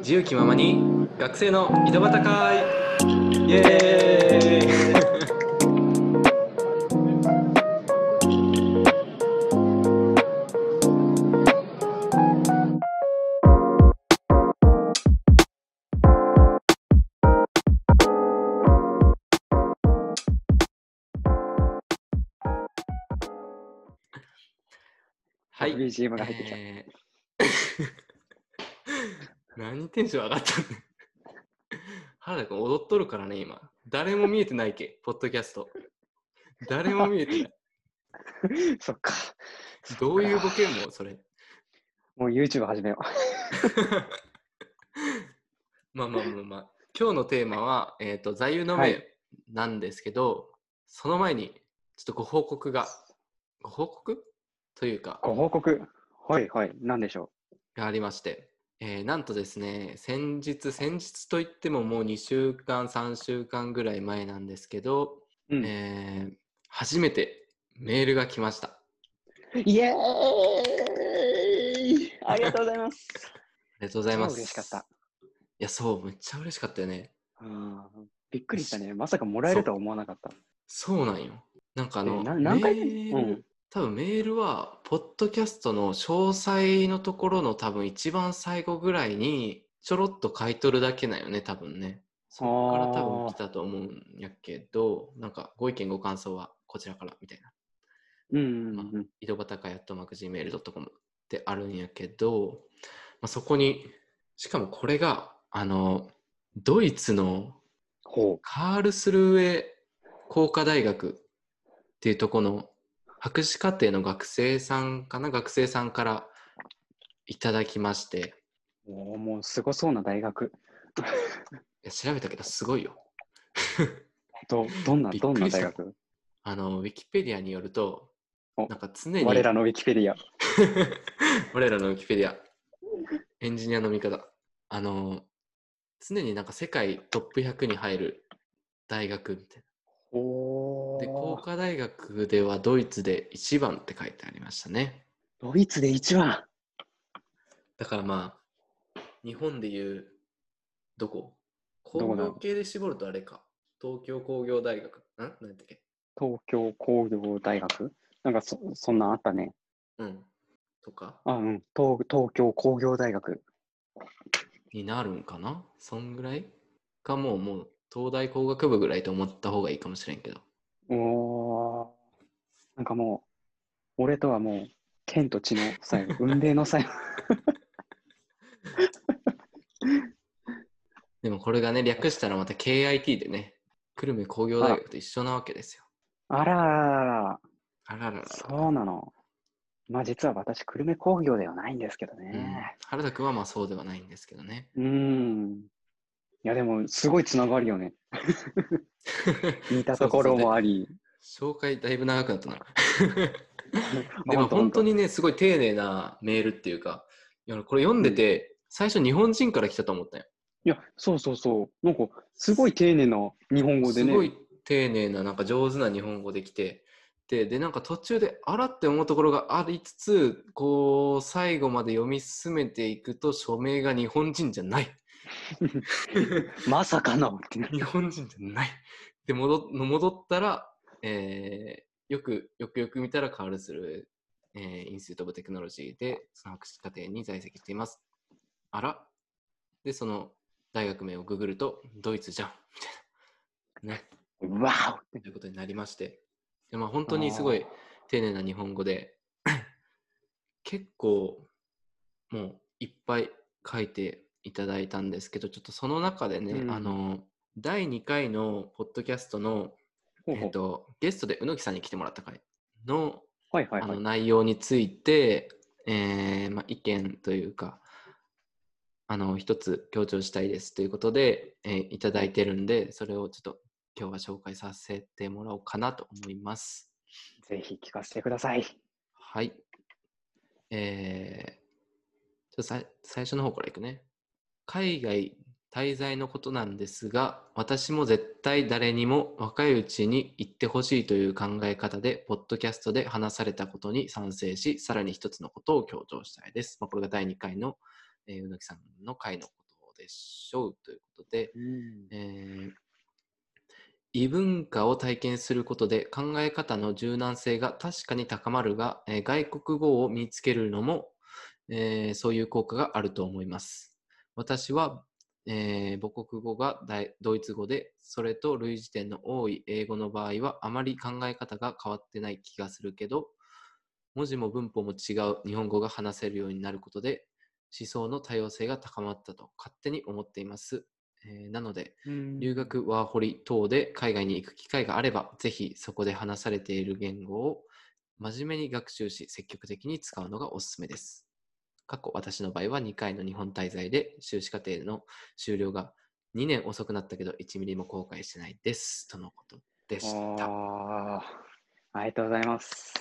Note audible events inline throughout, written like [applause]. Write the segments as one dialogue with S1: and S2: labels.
S1: 自由気ままに学生の井戸端会イエーイはい、
S2: BGM が入ってきた。
S1: えー [laughs] 何テンション上がったんだ [laughs] 原田君踊っとるからね、今。誰も見えてないけ、ポッドキャスト。誰も見え
S2: [laughs]
S1: てない。
S2: そっか。
S1: どういうボケも、それ。
S2: もう YouTube 始めよ
S1: まあまあまあまあ。今日のテーマは、えっ、と、座右の
S2: は
S1: 銘
S2: い
S1: なんですけど、その前に、ちょっとご報告が、ご報告というか
S2: う。、ご報告。はいはい。なんでしょ
S1: がありまして、えーなんとですね先日先日といってももう2週間3週間ぐらい前なんですけど、
S2: う。うん、
S1: えー初めてメールが来ましたあ
S2: イエーイありがとうござい [laughs] ます。
S1: りがとうございます
S2: 超嬉しかった。
S1: いやそうめっちゃ嬉しかったよね
S2: うんびっくりしたね。まさかもらえるとは思わなかった。
S1: そうなんよなんかあの、
S2: えな何回目
S1: メー
S2: う
S1: ル、
S2: ん。
S1: 多分メールはポッドキャストの詳細のところの多分一番最後ぐらいにちょろっと書いとるだけなんよね多分ねそこから多分来たと思うんやけどなんかご意見ご感想はこちらからみたいな
S2: うんうんうん。
S1: 井戸端会 at macgmail.com ってあるんやけど、まあ、そこにしかもこれがあのドイツの
S2: ほ
S1: カールスルーエ工科大学っていうとこの博士課程の学生さんかな学生さんからいただきまして
S2: う。おーもうすごそうな大学。
S1: いや調べたけどすごいよ
S2: どどんな、
S1: びっ
S2: どん
S1: く
S2: な
S1: りした
S2: 大学
S1: あのウィキペディアによると
S2: お
S1: なんか常に
S2: 我らのウィキペディア。
S1: [laughs] 我らのウィキペディアエンジニアの見方あの常になんか世界トップ100に入る大学みたい
S2: お
S1: なで工
S2: ー
S1: 科大学ではドイツで1番って書いてありましたね
S2: ドイツで一番。
S1: だからまあ日本でいうどこ
S2: ど
S1: 工
S2: こだ
S1: 業系で絞るとあれか東京工業大学んなんだっけ
S2: 東京工業大学なんかそそんなんあったね。
S1: うんとか
S2: あ、うん。東東京工業大学。
S1: になるんかなそんぐらいかもうもう東大工学部ぐらいと思った方がいいかもしれんけど
S2: おーなんかもう、俺とはもう、天と地の最後、運命の最後。
S1: [laughs] でもこれがね、略したらまた KIT でね、久留米工業大学と一緒なわけですよ。
S2: あらららら
S1: あららら
S2: ら、
S1: ら。
S2: そうなの。まあ実は私、久留米工業ではないんですけど
S1: うん
S2: ね。
S1: 原田君はまあそうではないんですけどね。 [laughs]
S2: うーん。いやでも、すごいつながりよね。似たところもあり。
S1: 紹介だいぶ長くなったな。
S2: あ
S1: でも本当。
S2: ほんとほんと
S1: にね、すごい丁寧なメールっていうか、いやこれ読んでて、最初日本人から来たと思ったよ。
S2: いや、そうそうそう。なんか、すごい丁寧な日本語ですね。
S1: ごい丁寧な、なんか上手な日本語できて、で、で、なんか途中で、あらって思うところがありつつ、こう、最後まで読み進めていくと、署名が日本人じゃ [laughs] ない。
S2: まさかのってな
S1: [laughs] 日本人じゃない。で、戻っ戻ったら、えーよく、よくよく見たらカールする、えーインスティトブテクノロジーで、その博士課程に在籍しています。あらで、その大学名をググると、ドイツじゃん。みたいな。ね。
S2: わおって
S1: ということになりまして。でまあ、本当にすごい丁寧な日本語で、 [coughs] 結構、もういっぱい書いていただいたんですけど、ちょっとその中でね、
S2: うん
S1: あの、第2回のポッドキャストの、
S2: ほう
S1: え
S2: ほ
S1: っ
S2: う
S1: と、ゲストで宇野木さんに来てもらった回の
S2: はいはい
S1: あ
S2: はい
S1: の。内容について、えーまあ、意見というかあの一つ強調したいですということで、えーいただいてるんでそれをちょっと今日は紹介させてもらおうかなと思います。
S2: ぜひ聞かせてください。
S1: はい。えー、ちょっとさい最初の方からいくね。海外滞在のことなんですが、私も絶対誰にも若いうちに行ってほしいという考え方で、ポッドキャストで話されたことに賛成し、さらに一つのことを強調したいです。まあ、これが第2回の、えー、宇野木さんの回のことでしょうということで、
S2: うん
S1: えー異文化を体験することで考え方の柔軟性が確かに高まるが、えー外国語を身につけるのも、えーそういう効果があると思います。私は、えー母国語が大ドイツ語で、それと類似点の多い英語の場合はあまり考え方が変わってない気がするけど、文字も文法も違う日本語が話せるようになることで、思想の多様性が高まったと勝手に思っています。えーなので、留学ワーホリ等で海外に行く機会があれば、ぜひそこで話されている言語を真面目に学習し、積極的に使うのがおすすめです。過去、私の場合は2回の日本滞在で修士課程の終了が2年遅くなったけど、1ミリも後悔してないです。とのことでした。い
S2: あーありがとうございます。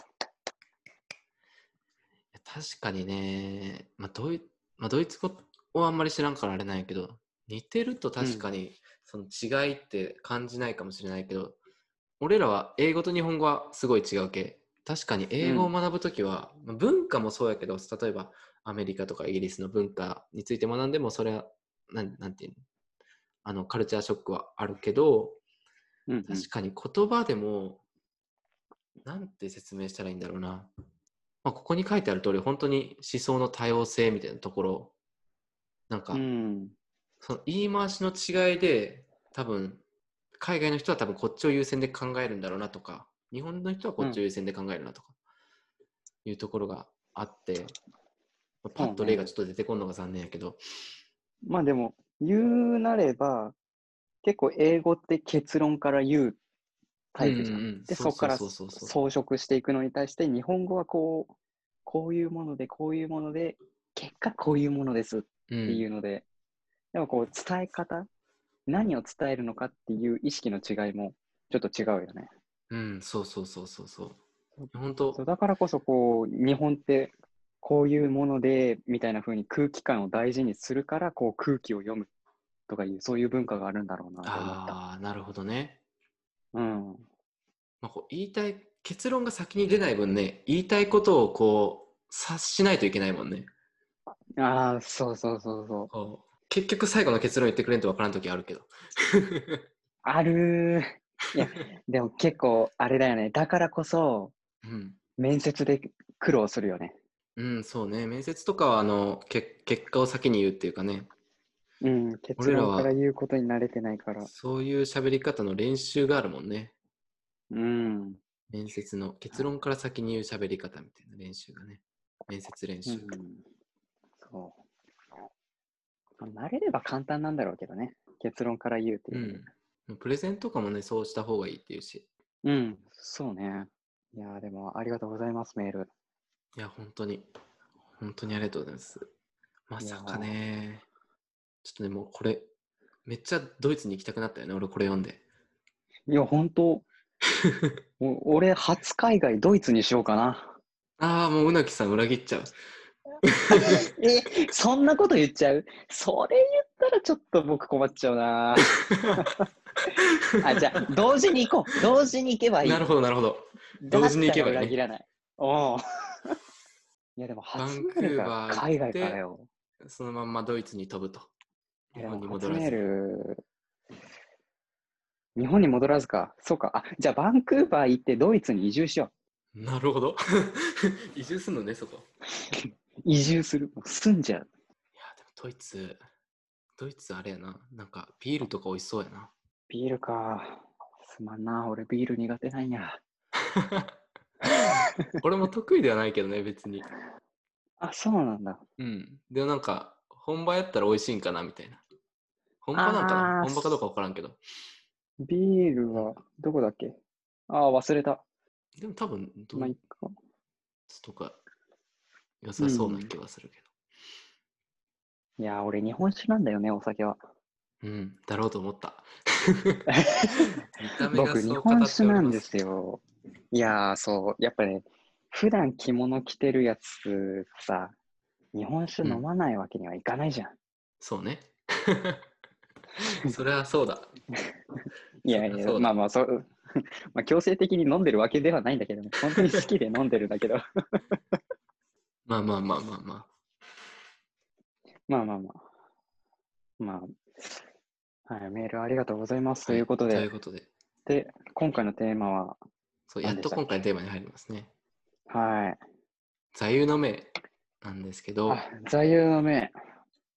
S1: や確かにね、まあドイまあ、ドイツ語をあんまり知らんからあれなんやけど、似てると確かにその違いって感じないかもしれないけど、俺らは英語と日本語はすごい違うけ確かに英語を学ぶときは、まあ文化もそうやけど例えばアメリカとかイギリスの文化について学んでもそれはなんなんていうのあのカルチャーショックはあるけど
S2: うんうん
S1: 確かに言葉でも、なんて説明したらいいんだろうな、まあ、ここに書いてある通り本当に思想の多様性みたいなところなんか、
S2: うん
S1: その言い回しの違いで多分海外の人は多分こっちを優先で考えるんだろうなとか日本の人はこっちを優先で考えるなとか、いうところがあって、まあパッと例がちょっと出てこんのが残念やけど、
S2: まあでも、言うなれば、結構英語って結論から言うタイプじゃん。
S1: うんうんうん
S2: で、
S1: そうそう
S2: そこから
S1: そう
S2: 装
S1: そうそう
S2: 飾していくのに対して、日本語はこう、こういうもので、こういうもので、結果こういうものですっ
S1: うん
S2: ていうので、でもこう、伝え方、何を伝えるのかっていう意識の違いもちょっと違うよね。
S1: うんそうそうそうそうそう本当
S2: そうだからこそこう日本ってこういうものでみたいな風に空気感を大事にするからこう空気を読むとかいうそういう文化があるんだろうなと思った。
S1: ああなるほどね、
S2: うん、
S1: まあ、こう言いたい結論が先に出ない分ね言いたいことをこう察しないといけないもんね
S2: ああそうそうそうそう。
S1: こう結局最後の結論言ってくれんと分からん時あるけど
S2: あるー。いや [laughs] でも結構あれだよねだからこそ
S1: うん
S2: 面接で苦労するよね。
S1: うん、そうね。面接とかは、あの、け結果を先に言うっていうかね、
S2: うん、結
S1: 俺らは
S2: 論から言うことに慣れてないから。
S1: そういう喋り方の練習があるもんね。
S2: うん。
S1: 面接の結論から先に言う喋り方みたいな練習がね。面接練
S2: う
S1: 習。
S2: ん、そう。まあ慣れれば簡単なんだろうけどね結論から言うっていうう。
S1: ん。プレゼンとかもね、そうした方がいいっていうし。
S2: うん、そうね。いやー、でもありがとうございます、メール。
S1: いや、本当に、本当にありがとうございます。まさかね、ちょっとね、もうこれ、めっちゃドイツに行きたくなったよね、俺これ読んで。
S2: いや、本
S1: [laughs]
S2: 当もう俺、初海外、ドイツにしよう
S1: [laughs]
S2: かな。
S1: ああ、もううなきさん裏切っちゃう。
S2: え、そんなこと言っちゃうそれ言ったらちょっと僕困っちゃうな。
S1: [laughs]
S2: あ、じゃあ、同時に行こう。同時に行けばいい。
S1: なるほど、なるほど。ど同時に行けばいいね
S2: だったら裏切らない。おう [laughs] いや、でも初メール
S1: バン
S2: が
S1: クーバー行って
S2: 海外からよ。
S1: そのまんまドイツに飛ぶと。
S2: い
S1: 日
S2: やで
S1: 本
S2: も
S1: に戻
S2: 初
S1: ら
S2: メー
S1: ず。
S2: ル、日本に戻らずか。そうか。あ、じゃあバンクーバー行ってドイツに移住しよ
S1: なるほど。 [laughs] 移住するのね、そこ。いや、
S2: う。移住する。住んじゃう。
S1: でもドイツ、ドイツあれやな。なんか、ビールとか美味しそうやな。
S2: ビールか。すまんな。俺ビール苦手なんや。
S1: [laughs] 俺も得意ではないけどね、別に。
S2: あ、そうなんだ。
S1: うん。でもなんか、本場やったら美味しいんかな、みたいな。本場なんかな
S2: あー
S1: 本場かどうかわからんけど。
S2: ビールはどこだっけああ、忘れた。
S1: でも多分、ド
S2: まあ、い
S1: イ
S2: っか。
S1: ツとか良さそうな気はするけ
S2: いやー、俺日本酒なんだよね、お酒は。
S1: ど。うん、だろうと思った。見た目が
S2: [laughs] 僕、
S1: そ
S2: 日
S1: う語っており
S2: 本
S1: ます
S2: 酒なんですよ。いやー、そう。やっぱね、普段着物着てるやつさ、日本酒飲まないわけにはいかないじゃん。
S1: そうね。そりゃそうだ。
S2: いやい
S1: そりゃ
S2: や
S1: そう、だ
S2: まあまあ、そう、 [laughs] まあ、強制的に飲んでるわけではないんだけどね、本当に好きで飲んでるんだけど、
S1: まあまあまあまあまあ。
S2: まあまあまあ。まあ、はい、メールありがとうございます。ということ
S1: とい
S2: で
S1: う、ことで、
S2: で、今回のテーマは、
S1: そうやっ
S2: 何で
S1: と
S2: したっけ
S1: 今回のテーマに入りますね。
S2: はい、
S1: 座右の銘なんですけど、
S2: あ座右の銘。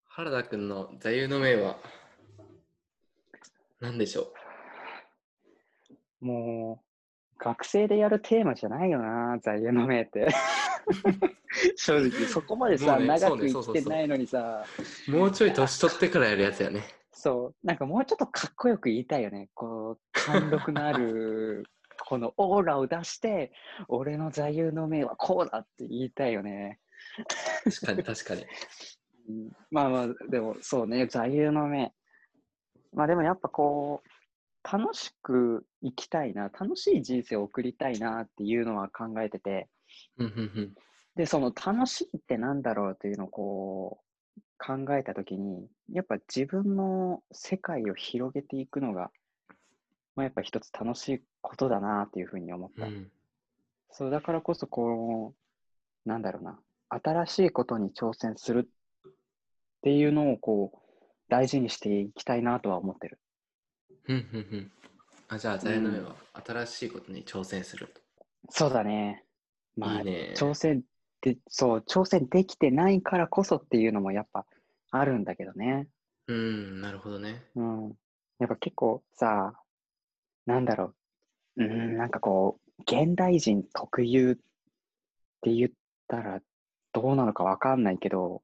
S1: 原田君の座右の銘は何でしょう
S2: もう、学生でやるテーマじゃないよな、座右の
S1: [laughs]
S2: 銘って。正直、そこまで
S1: も
S2: さ、
S1: うね
S2: 長
S1: そう
S2: く
S1: ねそう
S2: 生
S1: そ
S2: き
S1: うそう
S2: てないのにさ、
S1: もうちょい年取ってからやるやつやね。
S2: そう、なんかもうちょっとかっこよく言いたいよね。こう、貫禄のあ
S1: [laughs]
S2: る、このオーラを出して、俺の座右の銘はこうだって言いたいよね。
S1: 確かに確かに。
S2: うんまあまあ、でもそうね、座右の銘。まあでもやっぱこう、楽しく生きたいな、楽しい人生を送りたいなっていうのは考えてて、
S1: うんうん
S2: で、その楽しいってなんだろうというのをこう、考えたときに、やっぱ自分の世界を広げていくのが、まあやっぱ一つ楽しいことだなっていうふうに思っ
S1: うんう
S2: た。
S1: ん
S2: そう、だからこそ、こう、なんだろうな、新しいことに挑戦するっていうのを、こう、大事にしていきたいなとは思ってる。
S1: うんうんうんあじゃあ座右の銘は新しいことに挑戦すると。
S2: そうだね。まあ、
S1: いいね。
S2: 挑戦で、そう、挑戦できてないからこそっていうのもやっぱあるんだけどね。
S1: うんなるほどね。
S2: うん。やっぱ結構さ、なんだろう、うん、なんかこう、現代人特有って言ったらどうなのかわかんないけど、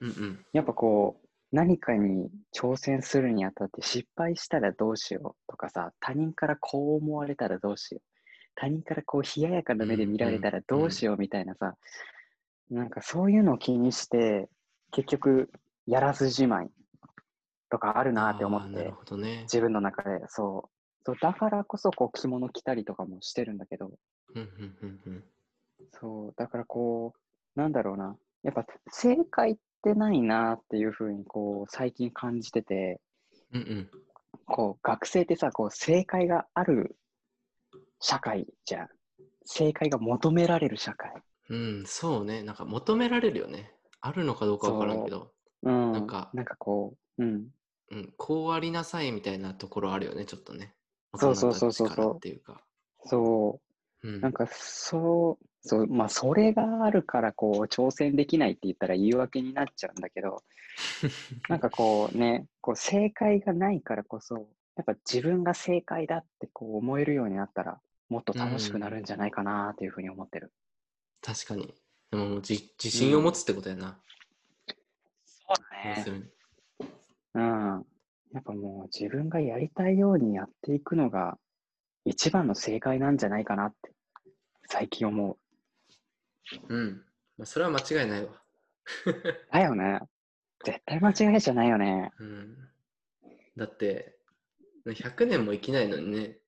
S1: うんうん
S2: やっぱこう、何かに挑戦するにあたって失敗したらどうしようとかさ、他人からこう思われたらどうしよう。他人からこう冷ややかな目で見られたらどうしようみたいなさ、なんかそういうのを気にして、結局やらずじまいとかあるなって思
S1: あ
S2: っ
S1: ーなる
S2: て、
S1: ほどね。
S2: 自分の中でそう。そうだからこそこう着物着たりとかもしてるんだけど、
S1: うんうんうんうん
S2: そう、だからこう、なんだろうな、やっぱ正解ってないなっていうふうにこう最近感じてて、
S1: うんうん
S2: こう学生ってさ、こう正解がある社会じゃん。正解が求められる社会。
S1: うん、そうね。なんか求められるよね。あるのかどうかわからんけど、
S2: うん。
S1: なんか
S2: なんかこう、うん。
S1: うん、こうありなさいみたいなところあるよね、ちょっとね。
S2: そうそうそうそう
S1: 大人たちからっていうか。
S2: そうう、
S1: ん
S2: なんかそう、そう、まあそれがあるからこう挑戦できないって言ったら言い訳になっちゃうんだけど、なんかこうね、こう正解がないからこそ、やっぱ自分が正解だってこう思えるようになったら、もっと楽しくなるんじゃないかなというふうに思ってる。
S1: 確かに。でももうじ自信を持つってことやな。
S2: そう
S1: 要す。るに
S2: うん。やっぱもう自分がやりたいようにやっていくのが一番の正解なんじゃないかなって最近思う。
S1: うん。まあ、それは間違いないわ。
S2: だよね。絶対間違いじゃないよね。
S1: うん、だって、100年も生きないのにね、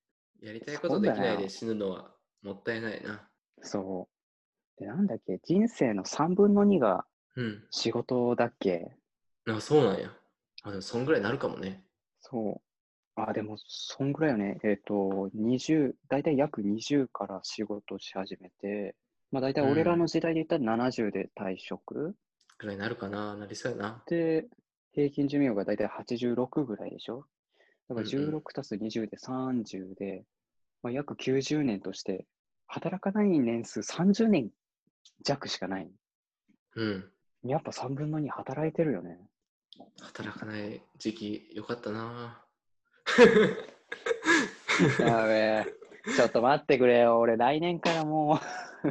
S1: やりたいことでき
S2: そう
S1: な
S2: だ
S1: い
S2: よ
S1: で死ぬのはもったいないな。
S2: そう。で、なんだっけ、人生の3分の2が
S1: うん。
S2: 仕事だっけ
S1: あ、そうなんや。あ、でもそんぐらいになるかもね。
S2: そう。あ、でも、そんぐらいよね。えっと、20、大体約20から仕事し始めて、まあ大体俺らの時代で言ったら70で退職、
S1: ぐらいになるかな、なりそうやな。
S2: で、平均寿命が大体86ぐらいでしょだから
S1: うんうん
S2: 16足す20で30で、まあ、約90年として、働かない年数30年弱しかない。
S1: うん。
S2: やっぱ3分の2働いてるよね。
S1: 働かない時期よかったな
S2: やべえ。ちょっと待ってくれよ。俺、来年からもう、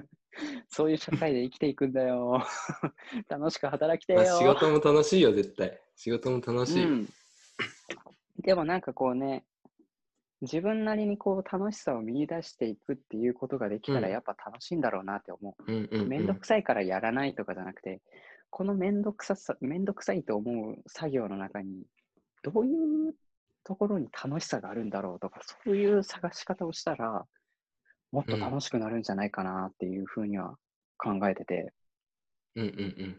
S2: そういう社会で生きていくんだよ。楽しく働きて
S1: ま
S2: よ。
S1: あ仕事も楽しいよ絶対仕事も楽しい、
S2: うん。でもなんかこうね、自分なりにこう楽しさを見出していくっていうことができたら
S1: うん
S2: やっぱ楽しいんだろうなって思
S1: うんうんう
S2: う。
S1: ん
S2: めんどくさいからやらないとかじゃなくて、このめんどくささ、めんどくさいと思う作業の中に、どういうところに楽しさがあるんだろうとか、そういう探し方をしたら、もっと楽しくなるんじゃないかなっていうふうには考えてて、
S1: うんうん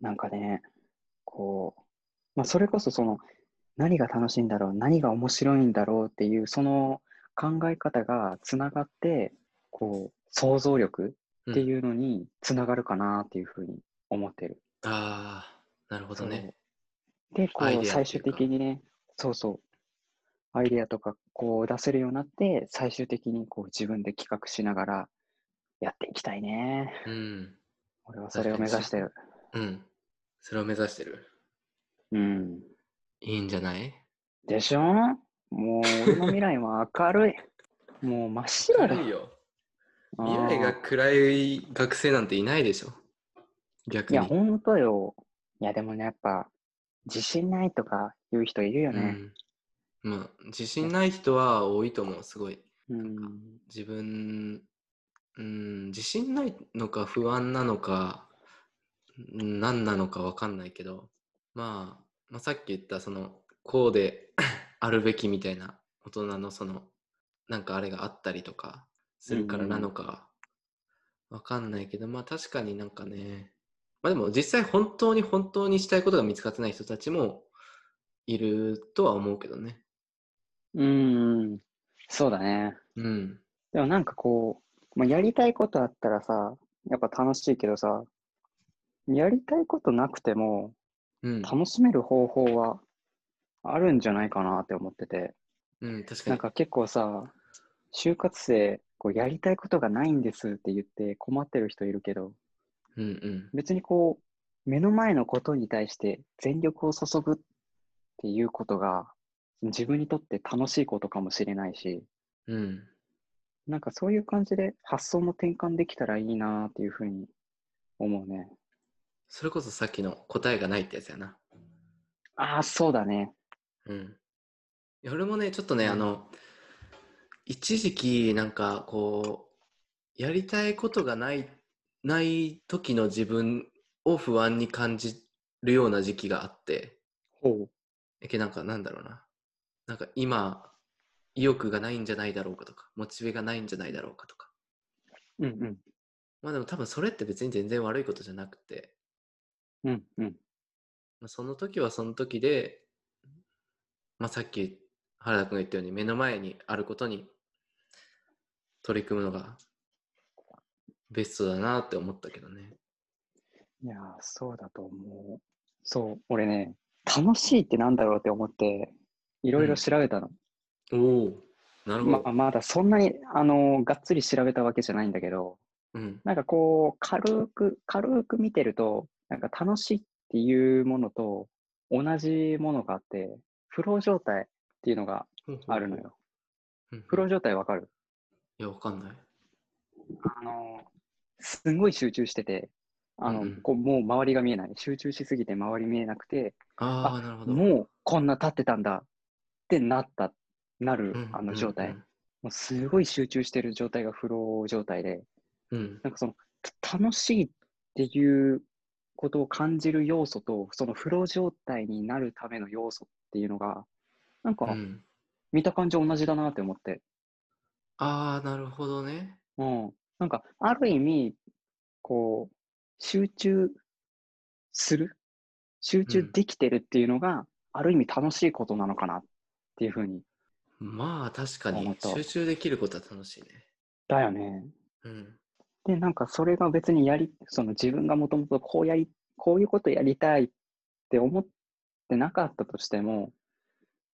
S2: なんかね、こう、まあ、それこそその、何が楽しいんだろう、何が面白いんだろうっていう、その考え方がつながって、こう、想像力
S1: うん
S2: っていうのにつながるかなっていうふうに思ってる。
S1: ああなるほどね
S2: で、こ
S1: アイ
S2: う、
S1: デア
S2: 最
S1: ってい
S2: 終
S1: うか
S2: 的にね、そうそう、アイデアとか、こう、出せるようになって、最終的に、こう、自分で企画しながら、やっていきたいね。
S1: うん。
S2: 俺はそれを目指してる。
S1: うん。それを目指してる。
S2: うん。
S1: いいんじゃない
S2: でしょもう、俺の未来は
S1: [laughs]
S2: 明るい。もう、真っ白だ。
S1: 明るいよ。
S2: あ
S1: 未
S2: ー
S1: 来が暗い学生なんていないでしょ。逆
S2: い
S1: に。
S2: や、ほんとよ。いや、でもね、やっぱ、自信ないとか言う人いるよね。
S1: うん、まあ、自信ない人は多いと思う、すごい。
S2: うん。
S1: 自分、うん、自信ないのか不安なのか、うん何なのか分かんないけど、まあ、まあ、さっき言った、その、こうで [coughs] あるべきみたいな大人のその、なんかあれがあったりとかするからなのか、分かんないけど、まあ確かになんかね、まあでも実際本当に本当にしたいことが見つかってない人たちもいるとは思うけどね。
S2: うん、うん。そうだね。
S1: うん。
S2: でもなんかこう、まあ、やりたいことあったらさ、やっぱ楽しいけどさ、やりたいことなくても
S1: うん。
S2: 楽しめる方法はあるんじゃないかなって思ってて、
S1: うん、確か
S2: なん
S1: に。
S2: か結構さ、就活生、こうやりたいことがないんですって言って困ってる人いるけど、
S1: うんうん。
S2: 別にこう、目の前のことに対して全力を注ぐっていうことが、自分にとって楽しいことかもしれないし、
S1: うん。
S2: なんかそういう感じで発想の転換できたらいいなっていうふうに思うね。
S1: それこそさっきの答えがないってやつやな。
S2: ああ、そうだね。
S1: うん。いや俺もね、ちょっとね、
S2: うん
S1: あの、一時期、なんかこう、やりたいことがない、ない時の自分を不安に感じるような時期があって、
S2: ほ
S1: えけなんかなんだろうな。なんか今、意欲がないんじゃないだろうかとか、モチベがないんじゃないだろうかとか。
S2: う。うん
S1: まあでも多分それって別に全然悪いことじゃなくて、
S2: うん。うんうん。
S1: まあ、その時はその時で、まあ、さっき原田君が言ったように目の前にあることに取り組むのがベストだなって思ったけどね。
S2: いやー、そうだと思う。そう、俺ね、楽しいってなんだろうって思って、いろいろ調べたの。
S1: おおなるほ
S2: ま
S1: ど。
S2: あまだそんなに、あのーがっつり調べたわけじゃないんだけど、
S1: うん
S2: なんかこう、軽く、軽く見てると、なんか楽しいっていうものと同じものがあって、フロー状態っていうのがあるの。よ。
S1: うん
S2: フロー状態わかる
S1: いや、わかんない。
S2: あの、すんごい集中してて、あの、
S1: うんうん
S2: こうもう周りが見えない。集中しすぎて周り見えなくて、
S1: ああ、
S2: あ
S1: なるほど。
S2: もうこんな立ってたんだってなった、なる
S1: うん
S2: あの状態。。もうすごい集中してる状態がフロー状態で、
S1: うんうん
S2: なんかその、た楽しいっていうことを感じる要素と、そのフロー状態になるための要素っていうのが、
S1: うん。
S2: なん
S1: う
S2: か
S1: ん
S2: 見た感じ同じだなって思って。
S1: ああ、なるほどね。
S2: うん。なんか、ある意味、こう、集中する集
S1: う
S2: 中
S1: ん
S2: できてるっていうのが、ある意味楽しいことなのかなっていうふうに。
S1: まあ、確か
S2: あ
S1: に
S2: 本当
S1: 集中できることは楽しいね。
S2: だよね。
S1: うん。
S2: で、なんかそれが別にやり、その自分がもともとこうやり、こういうことやりたいって思ってなかったとしても、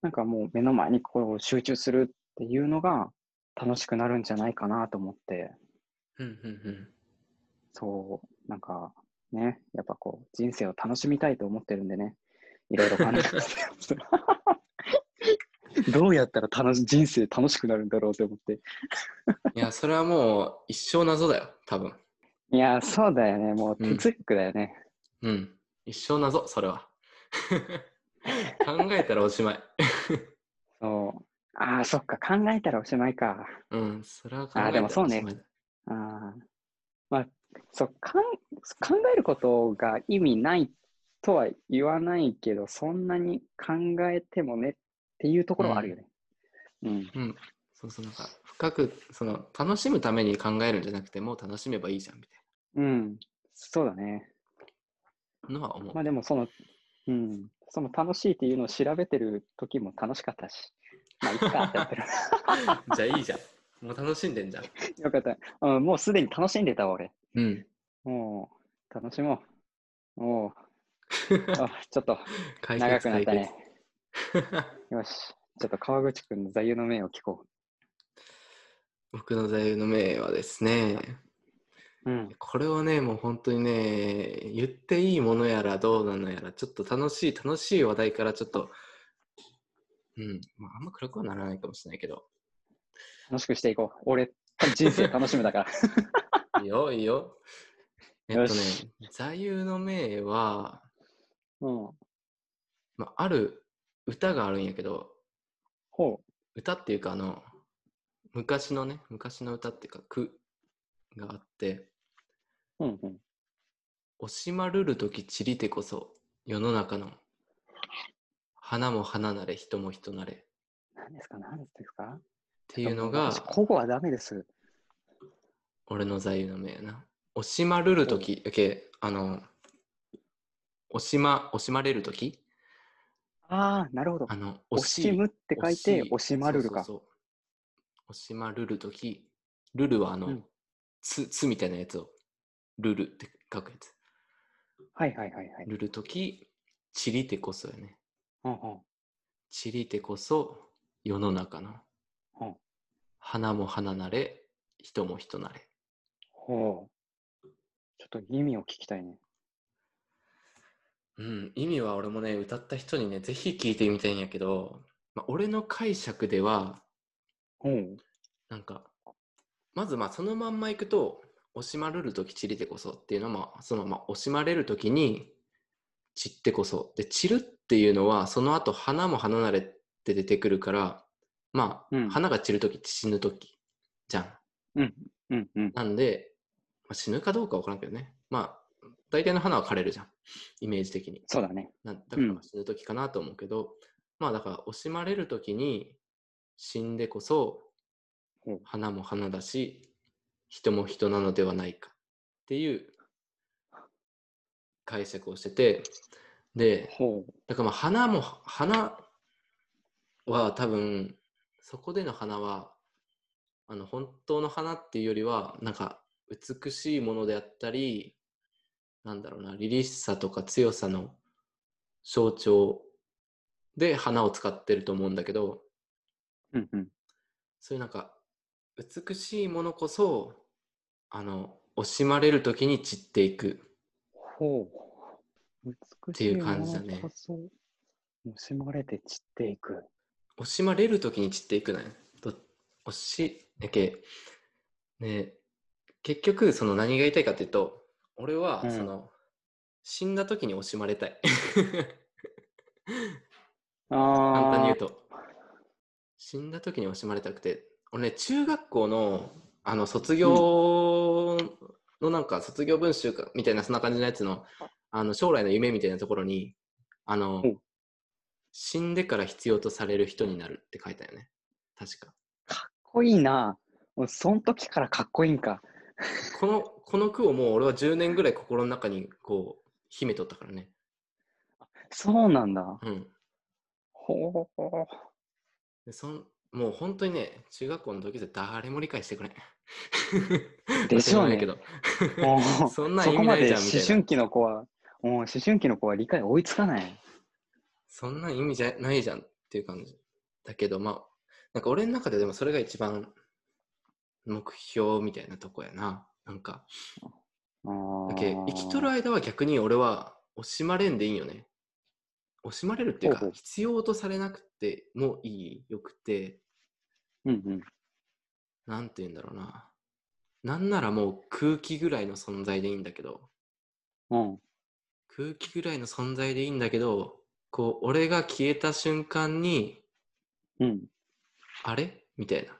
S2: なんかもう目の前にこう集中するっていうのが楽しくなるんじゃないかなと思って。
S1: うんうんうん。
S2: そう、なんかね、やっぱこう、人生を楽しみたいと思ってるんでね、いろいろ考えてます。どうやったら楽し人生楽しくなるんだろうと思って。
S1: いや、それはもう一生謎だよ、多分。
S2: いや、そうだよね。もう
S1: うん
S2: 哲学だよね。
S1: うん。一生謎、それは。 [laughs] 考えたらおしまい。
S2: そう。ああ、そっか。考えたらおしまいか。
S1: うん、それは考え
S2: あー
S1: た
S2: で
S1: ら
S2: も
S1: おしまいだ。
S2: そうああ。まあ、そうかん、考えることが意味ないとは言わないけど、そんなに考えてもねっていうところはあるよね。うん。
S1: うん。そうそう、なんか、深く、その、楽しむために考えるんじゃなくて、もう楽しめばいいじゃん、みたい
S2: うん。そうだね。
S1: なのは思う。
S2: まあでもその、うん、その楽しいっていうのを調べてる時も楽しかったし、まあいっかってなってる。
S1: じゃあいいじゃん。もう楽しんでんじゃん。
S2: よかった、うん。もうすでに楽しんでたわ俺。
S1: うん。
S2: もう、楽しもう。もあちょっと
S1: 解
S2: 長くなったね。
S1: 解決
S2: よし。ちょっと川口くんの座右の銘を聞こ
S1: 僕の座右の銘はですね、
S2: う。うん。
S1: これはね、もう本当にね、言っていいものやらどうなのやら、ちょっと楽しい、楽しい話題からちょっと、うん、まあ、あんま暗くはならないかもしれないけど、
S2: 楽しくしていこう。俺、人生楽しむ
S1: [laughs]
S2: だから。
S1: いいよ、いいよ。えっ
S2: よ
S1: とね
S2: し、
S1: 座右の銘は、
S2: うん。
S1: まあ、ある歌があるんやけど、
S2: ほ
S1: 歌っていうか、あの、昔のね、昔の歌っていうか、句があって、
S2: う。うんうん。
S1: 惜しまるる時散りてこそ世の中の花も花なれ人も人なれっ
S2: 何ですか何ですかって
S1: いうのが
S2: 私、古語はダメです。
S1: 俺の座右の銘やな。惜しまるる時やけあの惜しま惜しまれる時
S2: ああ、なるほど
S1: あ。の
S2: 惜しむって書いて、惜しまるるか。
S1: そうそうそう惜しまるる時るるはあの、
S2: うん
S1: つつみたいなやつをるるって書くやつ
S2: はいはいはいはい。
S1: るる時散りてこそやね
S2: うんうん
S1: 散りてこそ世の中の
S2: うん
S1: 花も花なれ人も人なれ
S2: ほう。ちょっと意味を聞きたいね。
S1: うん意味は俺もね歌った人にねぜひ聞いてみたいんやけど、まあ、俺の解釈では
S2: ほう。
S1: なんかまずまあそのまんまいくと惜しまれる時散りてこそっていうのはまあそのまあ惜しまれる時に散ってこそで散るっていうのはその後花も花なれって出てくるからまあ、
S2: うん
S1: 花が散る時って死ぬ時じゃん
S2: うんうん。
S1: なんで、まあ、死ぬかどうかわからんけどね。まあ、大体の花は枯れるじゃん。イメージ的に。
S2: そうだね。
S1: なんだから
S2: うん
S1: 死ぬ時かなと思うけど、まあだから惜しまれる時に死んでこそ
S2: うん、
S1: 花も花だし、人も人なのではないかっていう解釈をしてて、で、
S2: ほう。
S1: だからまあ花も花は多分そこでの花はあの本当の花っていうよりはなんか美しいものであったりなんだろうな凛々しさとか強さの象徴で花を使ってると思うんだけど
S2: うんうん。
S1: そういうなんか美しいものこそあの惜しまれる時に散っていく
S2: ほう。美
S1: て
S2: し
S1: い
S2: いうも
S1: 感じだ
S2: の
S1: ね
S2: こそ、惜しまれて散っていく。
S1: 惜しまれるときに散っていくのよ。と惜し、やけ、ね、結局、その何が言いたいかっていうと、俺は
S2: う、ん
S1: その、死んだときに惜しまれたい。簡単に
S2: あ
S1: 言
S2: あ
S1: う。と。死んだときに惜しまれたくて、俺ね、中学校の、あの、卒業のなんか、卒業文集か、みたいな、そんな感じのやつの、あの、将来の夢みたいなところに、あの
S2: うん、
S1: 死んでから必要とされる人になるって書いたよね。確か。
S2: かっこいいな。もうそん時からかっこいいんか。
S1: この、この句をもう俺は10年ぐらい心の中にこう、秘めとったからね。
S2: そうなんだ。
S1: うん。
S2: ほう。
S1: でそんもう本当にね、中学校の時生誰も理解してくれん。
S2: [laughs] でしょうね
S1: 当たり前やけど。
S2: も
S1: [laughs]
S2: う
S1: そんなん
S2: そ
S1: 意
S2: こ
S1: 味
S2: ま
S1: ない
S2: で
S1: じゃ
S2: 思
S1: んみたいな。
S2: 春期の子は、もう思春期の子は理解追いつかない。
S1: そんなん意味じゃないじゃんっていう感じ。だけどまあ、なんか俺の中ででもそれが一番目標みたいなとこやな。なんか、
S2: あー
S1: だけ生きとる間は逆に俺は惜しまれんでいいんよね。惜しまれるっていうか
S2: ほうほう、
S1: 必要とされなくてもいい、よくて、
S2: うんうん。
S1: なんて言うんだろうな。なんならもう空気ぐらいの存在でいいんだけど、
S2: うん。
S1: 空気ぐらいの存在でいいんだけど、こう、俺が消えた瞬間に、
S2: うん。
S1: あれみたいな。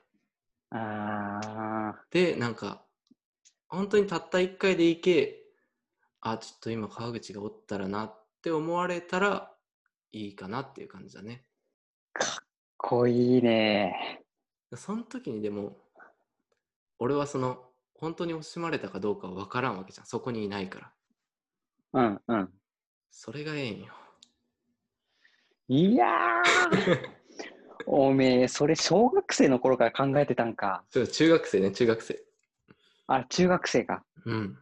S2: あ
S1: で、なんか、本当にたった一回でいけ、あ、ちょっと今川口がおったらなって思われたらいいかなっていう感じだね。
S2: ー、濃いね。
S1: その時にでも、俺はその、本当に惜しまれたかどうかは分からんわけじゃん。そこにいないから。
S2: うんうん。
S1: それがええんよ。
S2: いや
S1: [laughs]
S2: ーおめえ、それ小学生の頃から考えてたんか。
S1: そう中学生ね、中学生。
S2: あ、中学生か。
S1: うん。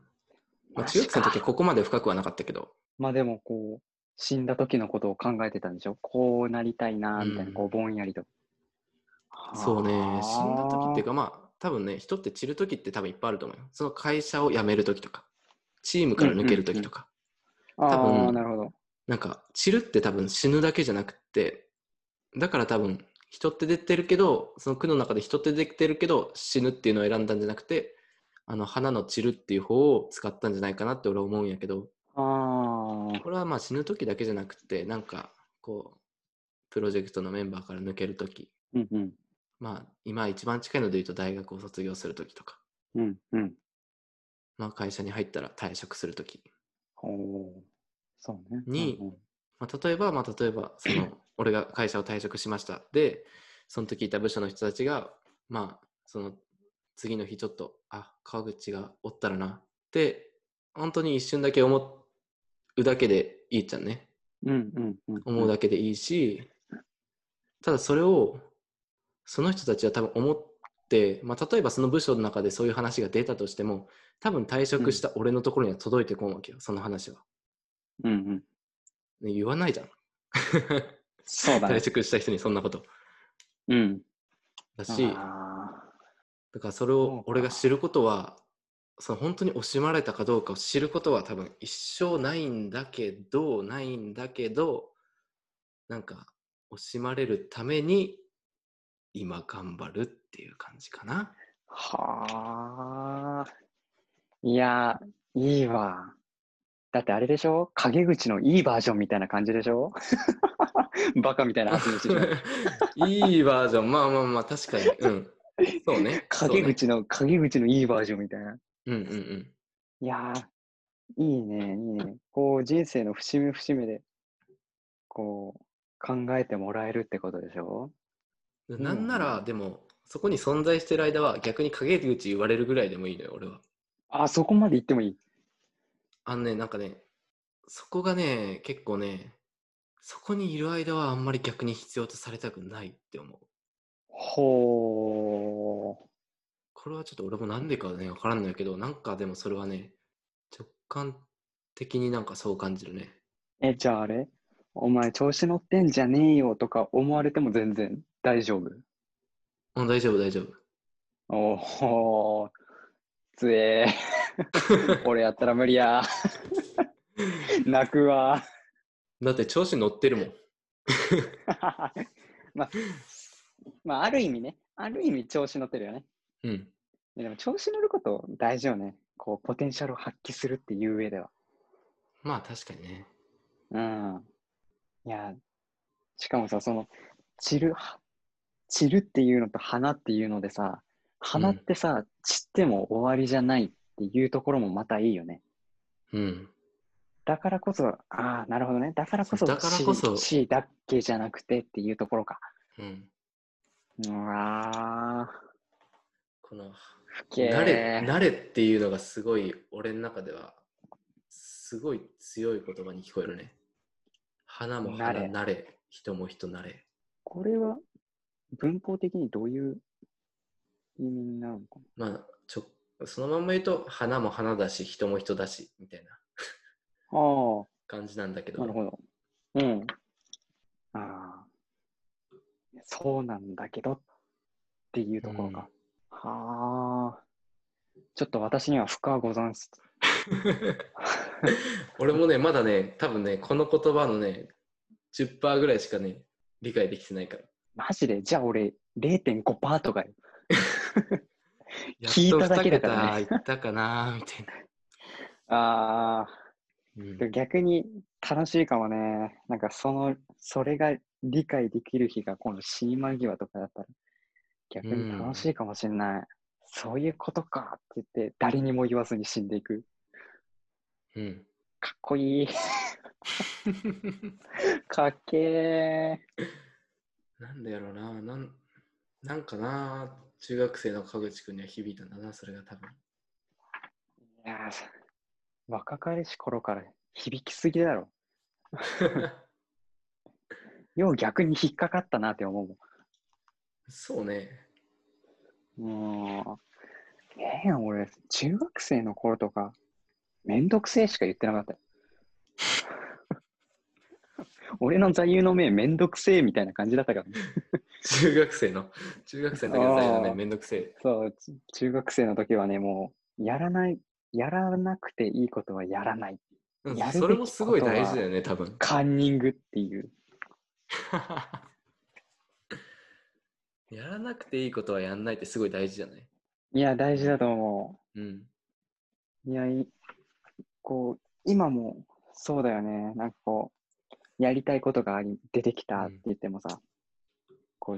S1: まあ、
S2: マ
S1: 中
S2: ジ
S1: 学生の時は
S2: か
S1: ここまで深くはなかったけど。
S2: まあでもこう、死んだ時のことを考えてたんでしょこうなりたいな、みたいな、
S1: うん
S2: こうぼんやりと。
S1: そうね、死んだ時っていう
S2: か。
S1: か、まあ、多分ね、人って散る時って多分いっぱいあると思うよ。その会社を辞める時とか、チームから抜ける時とか、多分
S2: ああ、なるほど。
S1: なんか、散るって多分死ぬだけじゃなくって、だから多分、人って出てるけど、その句の中で人って出てるけど、死ぬっていうのを選んだんじゃなくて、あの、花の散るっていう方を使ったんじゃないかなって俺は思うんやけど、
S2: あ
S1: これはまあ死ぬ時だけじゃなくて、なんか、こう、プロジェクトのメンバーから抜ける時、
S2: あ、うんうん。
S1: まあ、今一番近いので言うと大学を卒業する時とか、
S2: うんうん。
S1: まあ、会社に入ったら退職するとき、
S2: おお。そうね。
S1: に
S2: うんうん
S1: まあ、例えば、まあ、例えばその俺が会社を退職しましたでその時いた部署の人たちがまあその次の日ちょっとあ川口がおったらなって本当に一瞬だけ思うだけでいいじゃんね
S2: うんうんうん。
S1: 思うだけでいいし、ただそれをその人たちは多分思って、まあ、例えばその部署の中でそういう話が出たとしても多分退職した俺のところには届いてこんわけよ、その話は。
S2: うんうん。
S1: ね言わないじゃん。
S2: そうだね
S1: 退。職した人にそんなこと。
S2: うん。
S1: だし、
S2: あ
S1: だからそれ
S2: そう
S1: を
S2: か
S1: 俺が知ることは、その本当に惜しまれたかどうかを知ることは多分一生ないんだけど、ないんだけど、なんか惜しまれるために今頑張るっていう感じかな。
S2: ーはあ。いやー、いいわ。だってあれでしょ陰口のいいバージョンみたいな感じでしょ [laughs] バカみたいな発言してしまう
S1: いいバージョン、まあまあまあ確かに。うん。そうね。
S2: 陰
S1: [laughs] そうね
S2: 口の、陰口のいいバージョンみたいな。
S1: うんうんうん。
S2: いやー、いいね、いいね。こう、人生の節目節目で、こう、考えてもらえるってことでしょん
S1: なんなら、でも、そこに存在してる間は逆に陰口言われるぐらいでもいいのよ、俺は。
S2: あ、そこまで言ってもいい。
S1: あのね、なんかね、そこがね、結構ね、そこにいる間はあんまり逆に必要とされたくないって思う。
S2: ほー。
S1: これはちょっと俺もなんでかね、わからんのやけど、なんかでもそれはね、直感的になんかそう感じるね。
S2: え、じゃああれお前調子乗ってんじゃねえよとか思われても全然大丈夫。
S1: うん、大丈夫、大丈夫。
S2: おお、つえー。俺やったら無理や。泣くわ。 [laughs]
S1: だって調子乗ってるもん。
S2: まあ、まあ、ある意味ね、ある意味調子乗ってるよね。
S1: うん。
S2: いやでも調子乗ること大事よね。こう、ポテンシャルを発揮するっていう上では。
S1: まあ確かにね。
S2: うん。いや、しかもさ、その、散る、は散るっていうのと花っていうのでさ、花ってさ、散っても終わりじゃないっていうところもまたいいよね。
S1: うん。
S2: だからこそ、ああ、なるほどね。だからこ
S1: そ
S2: そ、
S1: うだからこそ
S2: 死死だけじゃなくてっていうところか。
S1: うん。
S2: うわー、
S1: この、
S2: ふけー
S1: 慣れ、慣れっていうのがすごい、俺の中では、すごい強い言葉に聞こえるね。花も花
S2: 慣れ
S1: 慣れ、人も人慣れ。
S2: これは、文法的にどういう意味になるのか
S1: まあ、ちょそのまんま言うと花も花だし人も人だしみたいな
S2: なあ
S1: 感じなんだけ
S2: あ、
S1: ど
S2: なるほど。うん。ああ。そうなんだけどっていうところか。はあ。ちょっと私には負荷はござんす。
S1: 俺もねまだね多分ねこの言葉のね10%ぐらいしかね理解できてないから
S2: マジでじゃあ俺0.5%とかよ。
S1: やっ
S2: 聞い
S1: と
S2: ただけだから
S1: 二桁いったかなみたいな
S2: ああ。
S1: うん
S2: でも逆に楽しいかもね。なんかその、それが理解できる日が今度死に間際とかだったら逆に楽しいかもしれない。そういうことかって言って誰にも言わずに死んでいく。
S1: うん
S2: かっこいい。かっけえ。
S1: なんでやろうななんなんかな中学生の川口くんには響いたんだなそれが多分
S2: いやーさ若かりし頃から響きすぎだろ。 [laughs] よう逆に引っかかったなって思
S1: そうね
S2: うもん。うーん。ええやん、俺、中学生の頃とか、めんどくせえしか言ってなかったよ。 [laughs] 俺の座右の銘めんどくせえみたいな感じだったからね。
S1: 中学生の、中学生の時の最初
S2: あ
S1: ね、
S2: ー
S1: めんどくせえ。
S2: そう、ち中学生の時はね、もう、やらない、やらなくていいことはやらない。
S1: うん
S2: やるべき
S1: それもすごい大事だよね、多分。
S2: カンニングっていう。
S1: やらなくていいことはやんないってすごい大事じゃない
S2: いや、大事だと思
S1: うん。
S2: う。いや、いこう、今もそうだよね。なんかこう、やりたいことがあり出てきたって言ってもさ、こう、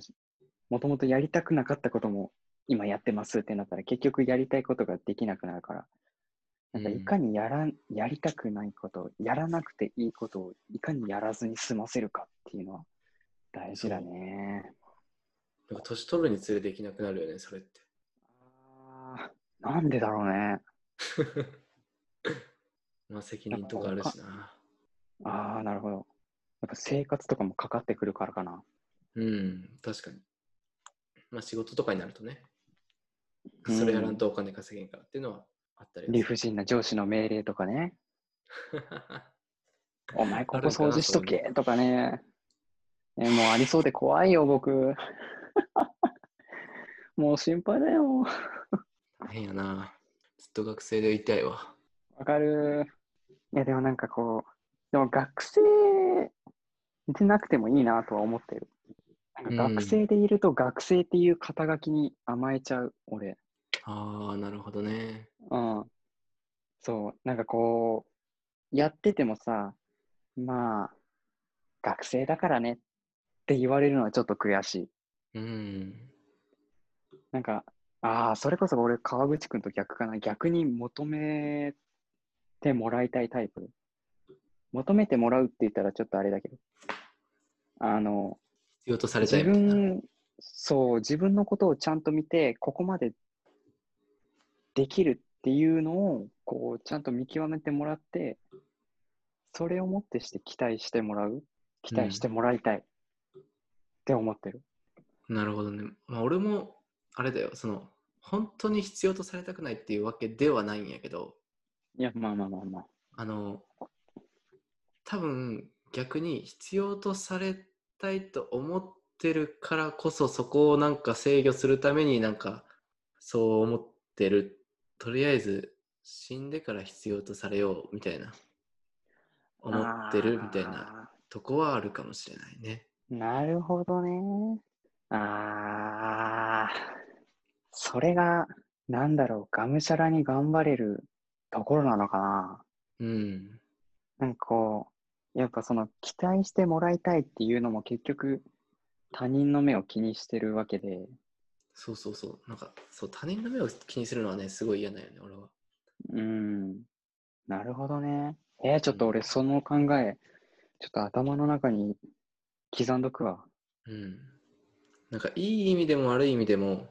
S2: もともとやりたくなかったことも今やってますってなったら、結局やりたいことができなくなるから、なんか
S1: うん
S2: いかにやらん、やりたくないこと、やらなくていいことをいかにやらずに済ませるかっていうのは大事だね。
S1: なんか年取るにつれていきなくなるよね、それって。 [laughs]
S2: あーなんでだろうね。
S1: まあ責任とかあるしな。
S2: ああ、なるほど。やっぱ生活とかもかかってくるからかな。
S1: うん、確かに。まあ仕事とかになるとね、それやらんとお金稼げんからっていうのはあったりは [laughs]
S2: 理不尽な上司の命令とかね。
S1: する
S2: お前こ
S1: あ
S2: こ
S1: るんかな
S2: 掃除しと
S1: そういう
S2: けとかね。えもうありそうで怖いよ、僕。 [laughs] もう心配だよ。
S1: 変やな。ずっと学生でいたいわ。
S2: わかる。いや、でもなんかこう、でも学生でなくてもいいなとは思ってる。なんか
S1: うん
S2: 学生でいると学生っていう肩書きに甘えちゃう、俺。
S1: ああ、なるほどね。
S2: うん。そう、なんかこう、やっててもさ、まあ、学生だからねって言われるのはちょっと悔しい。
S1: うん。
S2: なんか、ああ、それこそ俺、川口くんと逆かな。逆に求めてもらいたいタイプ。求めてもらうって言ったらちょっとあれだけど。あの、
S1: 必要とされちゃ
S2: 自
S1: いみたいな。
S2: 分、そう、自分のことをちゃんと見て、ここまでできるっていうのを、こう、ちゃんと見極めてもらって、それをもってして期待してもらう。期待してもらいたい。って思ってる。
S1: なるほどね。まあ、俺も、あれだよ、その、本当に必要とされたくないっていうわけではないんやけど、
S2: いや、まあまあまあまあ。
S1: あの、多分逆に必要とされたいと思ってるからこそ、そこをなんか制御するためになんか、そう思ってる。とりあえず、死んでから必要とされようみたいな、思ってるみたいな。
S2: あー。
S1: とこはあるかもしれないね。
S2: なるほどね。ああ、それが、なんだろう、がむしゃらに頑張れるところなのかな。
S1: うん。
S2: なんかこう、やっぱその期待してもらいたいっていうのも結局、他人の目を気にしてるわけで、
S1: そうそうそう。なんか、そう、他人の目を気にするのはね、すごい嫌だよね、俺は。
S2: うん、なるほどね。えー、ちょっと俺その考え、ちょっと頭の中に刻んどくわ。
S1: うん。なんか、いい意味でも悪い意味でも、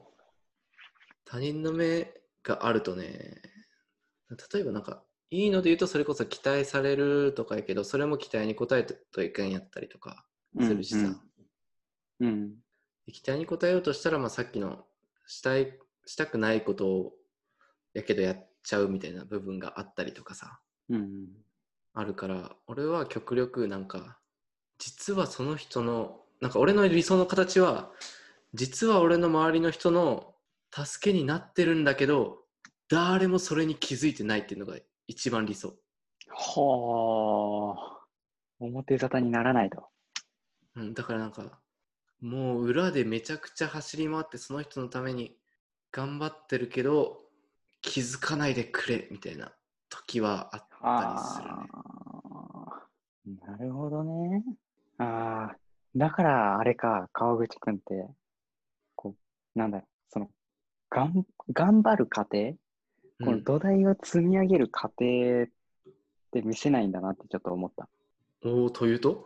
S1: 他人の目があるとね、例えばなんか、いいので言うと、それこそ期待されるとかやけど、それも期待に応えてといかんやったりとかするしさ。
S2: うん、うん。
S1: 期待に応えようとしたら、まあ、さっきのしたい、したくないことを、やけどやっちゃうみたいな部分があったりとかさ。
S2: うん。うん。
S1: あるから俺は極力なんか実はその人のなんか俺の理想の形は実は俺の周りの人の助けになってるんだけど誰もそれに気づいてないっていうのが一番理想、
S2: ほー。表沙汰にならないと。
S1: うん、だからなんかもう裏でめちゃくちゃ走り回ってその人のために頑張ってるけど気づかないでくれみたいな時はあったりするね
S2: あーなるほどね。ああ、だからあれか、川口くんって、こう、なんだろう、その、がん、頑張る過程、こ
S1: う
S2: の
S1: ん
S2: 土台を積み上げる過程って見せないんだなってちょっと思った。
S1: おおというと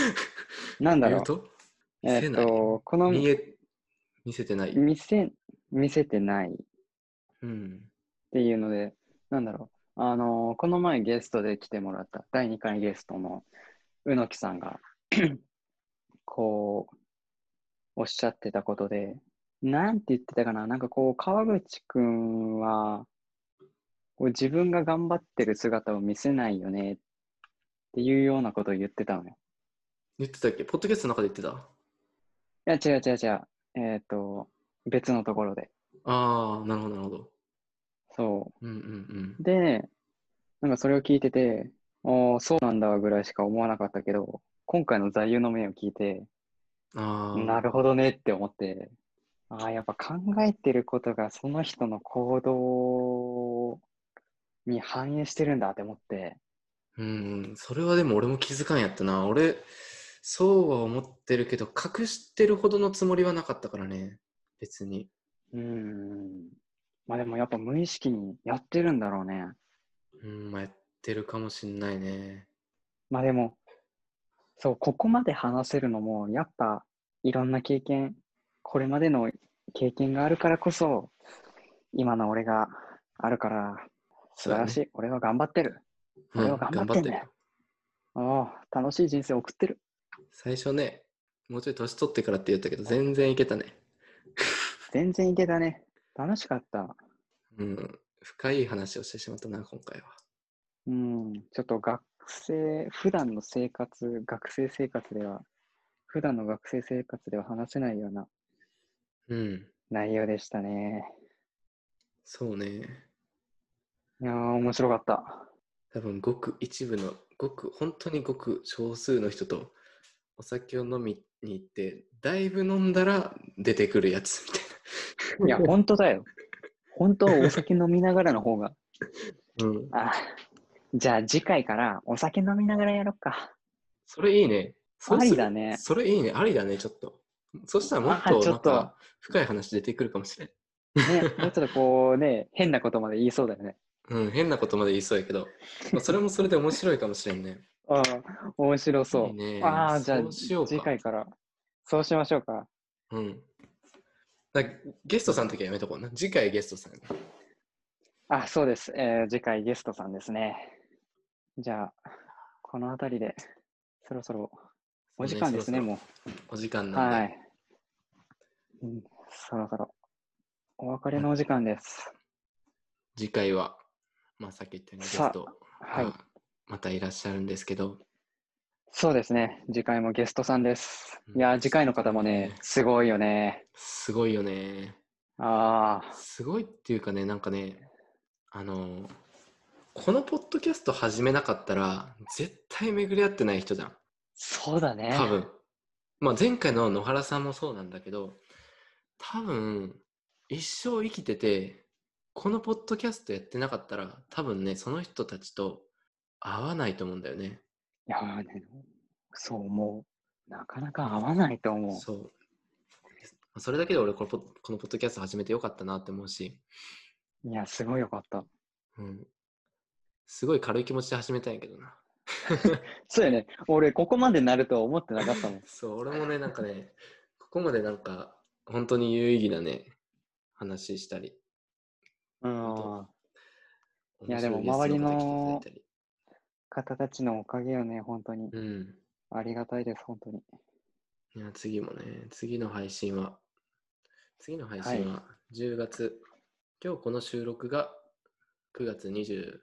S1: [laughs]
S2: なんだ
S1: という
S2: ろ
S1: と
S2: う、え
S1: 見せ
S2: っ
S1: ない
S2: と、この、
S1: 見え見せてない。
S2: 見せ、見せてないっ
S1: うん。
S2: ていうので、なんだろう、あのーこの前ゲストで来てもらった、第2回ゲストの宇野木さんが、 [clears throat] こう、おっしゃってたことで、なんて言ってたかな、なんかこう、川口くんは、こう自分が頑張ってる姿を見せないよねっていうようなことを言ってたのよ。
S1: 言ってたっけポッドキャストの中で言ってた
S2: いや、違う違う違う。えっ、と、別のところで。
S1: ああ、なるほど、なるほど。
S2: そ
S1: うんうんうん
S2: う。。で、なんかそれを聞いてて、おーそうなんだぐらいしか思わなかったけど、今回の座右の銘を聞いて、
S1: ああ。
S2: なるほどねって思って、ああ、やっぱ考えてることがその人の行動に反映してるんだって思って、
S1: うん、それはでも俺も気づかんやったな。俺、そうは思ってるけど、隠してるほどのつもりはなかったからね。別に。
S2: うーん。まあでもやっぱ無意識にやってるんだろうね。
S1: うん、まあ、やってるかもしんないね。
S2: まあでも、そう、ここまで話せるのも、やっぱいろんな経験、これまでの経験があるからこそ、今の俺があるから、素晴らしい。俺は頑張ってる。
S1: そうだ
S2: 俺
S1: ね。
S2: は頑張ってんだよ
S1: よ。
S2: ああ、楽しい人生送ってる。
S1: 最初ね、もうちょい年取ってからって言ったけど、全然いけたね。
S2: 全然いけたね。楽しかった。
S1: うん、深い話をしてしまったな、今回は。
S2: うん、ちょっと学生、普段の生活、学生生活では、普段の学生生活では話せないような
S1: うん、
S2: 内容でしたね。
S1: そうね。
S2: いやー、面白かった。
S1: 多分、ごく一部の、ごく、本当にごく少数の人と、お酒を飲みに行って、だいぶ飲んだら出てくるやつみたいな。
S2: い
S1: [laughs]
S2: や、本当だよ。本当はお酒飲みながらの方が。
S1: うん、
S2: あじゃあ次回からお酒飲みながらやろっか。
S1: それいいね。そう
S2: あ
S1: す
S2: り
S1: る
S2: だね。
S1: それいいね。ありだね、ちょっと。そしたらもっ
S2: あ
S1: と
S2: ちょ
S1: なん
S2: っと
S1: か深い話出てくるかもしれん。
S2: ね、もうちょっとこうね、変なことまで言いそうだよね。
S1: うん、変なことまで言いそうやけど、まあ、それもそれで面白いかもしれんね。
S2: あー面白そう。
S1: いいね。
S2: ああ、じゃ
S1: そうしよ
S2: あ
S1: うか
S2: 次回から。そうしましょうか。
S1: うん。だゲストさんの時はやめとこうな。次回ゲストさん。
S2: あ、そうです。えー次回ゲストさんですね。じゃあ、この辺りで、そろそろお時間ですね、も
S1: う。お時間
S2: う。
S1: なんで。
S2: はい、うんそろそろお別れのお時間です。
S1: 次回は、まあさっき言ったようにゲスト
S2: はい
S1: が。またいらっしゃるんですけど、
S2: そうですね。次回もゲストさんです。
S1: うん
S2: いやー、次回の方もね
S1: ね、
S2: すごいよね。
S1: すごいよね。
S2: ああ、
S1: すごいっていうかね、なんかね、あのーこのポッドキャスト始めなかったら、絶対巡り合ってない人じゃん。
S2: そうだね。
S1: 多分。まあ、前回の野原さんもそうなんだけど、多分、一生生きてて、このポッドキャストやってなかったら、多分ね、その人たちと会わないと思うんだよね。
S2: いやーね、そう思う。なかなか合わないと思う。
S1: そう。それだけで俺このポッ、このポッドキャスト始めてよかったなって思うし、
S2: いや、すごいよかった。
S1: うん。すごい軽い気持ちで始めたんやけどな。
S2: そうやね。俺、ここまでなるとは思ってなかったもん。
S1: そう、俺もね、なんかね、 [laughs] ここまでなんか、本当に有意義なね、話したり、
S2: うん。いや
S1: 面白
S2: でも
S1: ゲスト
S2: 周りの
S1: 方来ていただいたり
S2: 方たちのおかげよね、本当に。
S1: うん。
S2: ありがたいです、本当に。
S1: いや、次もね、次の配信は、次の配信は10月、今日この収録が9月29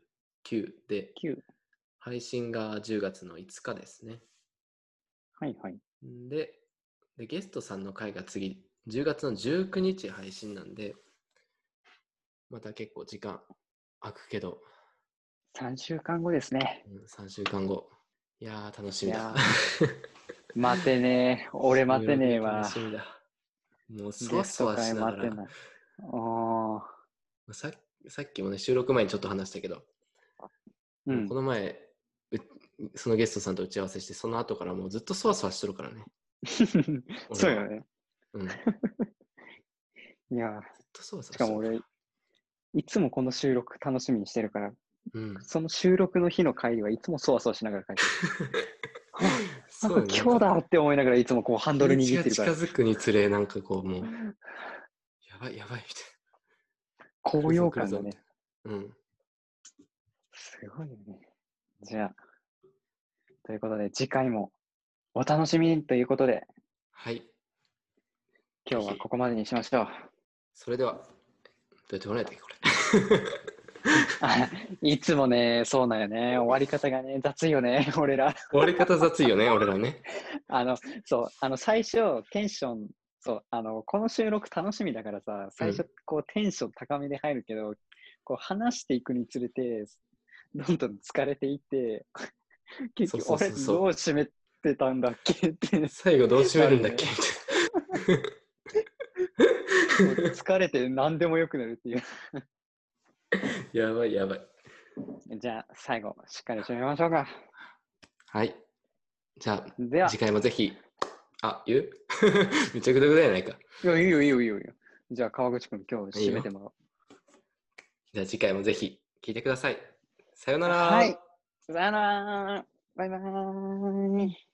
S1: で、
S2: 9。
S1: 配信が10月の5日ですね。
S2: はいはい。
S1: で、でゲストさんの回が次、10月の19日配信なんで、また結構時間空くけど、
S2: 3週間後ですね。
S1: うん3週間後。いやー、楽しみ
S2: いや
S1: だ。
S2: 待てね [laughs] ー。俺待てね
S1: [laughs]
S2: えわ
S1: 楽。しみだ。もう、そ
S2: ゲ
S1: わ
S2: ス
S1: そ
S2: ト
S1: わ
S2: 会
S1: しなが
S2: 待て
S1: ら
S2: ない。おー。
S1: さ、さっきもね、収録前にちょっと話したけど、
S2: うん
S1: こ。の前うそのゲストさんと打ち合わせして、その後からもうずっとそわそわしとるからね。俺
S2: [laughs] そう
S1: は
S2: よね。
S1: うん。ずっ
S2: いやー。
S1: とそわそわ
S2: し
S1: しと
S2: か
S1: る
S2: も俺、いつもこの収録楽しみにしてるから、
S1: うん。
S2: その収録の日の帰りはいつもそわそわしながら帰って
S1: そうよ
S2: る。なん
S1: ね
S2: か今日だって思いながらいつもこうハンドル握ってるか
S1: 日
S2: ら
S1: が、近づくにつれ、なんかこう、もう、やばい、やばい、みたいな。
S2: 高揚感
S1: 来るぞ
S2: が
S1: 来
S2: ね。。
S1: るぞみたいなうん。
S2: すごいよね。じゃあ、ということで次回もお楽しみにということで、
S1: はい。 [laughs]
S2: 今日はここまでにしましょう。
S1: それでは、どうやってもらえたっけ、これ。
S2: あいつもね、そうなんよね。終わり方がね、雑いよね、俺ら。
S1: 終わり方雑いよ
S2: [laughs]
S1: ね、俺らね。
S2: あの、そう、あの、最初、テンション、そう、あの、この収録楽しみだからさ、最
S1: う
S2: 初、こう、テンション高めで入るけど、こう、話していくにつれて、どんどん疲れていって、結
S1: そう
S2: 局、
S1: そう
S2: 俺、
S1: そうそう
S2: どう締めてたんだっけって、も
S1: 最後どう締めるんだっけ
S2: なう
S1: みたいな。
S2: 疲れて何でもよくなるっていう。 [laughs]
S1: やばいやばい。
S2: じゃあ、最後、しっかり締めましょうか。
S1: はい。じゃ
S2: で
S1: あ、
S2: は、
S1: 次回もぜひ。あ、言う [laughs] めちゃくちゃぐらいやないか。
S2: いやいいよ、いいよ、いいよ、いいよ。じゃあ、川口くん、今日、締めてもらおう。
S1: じゃあ次回もぜひ聞いてください。さようなら。
S2: はいさよならバイバーイ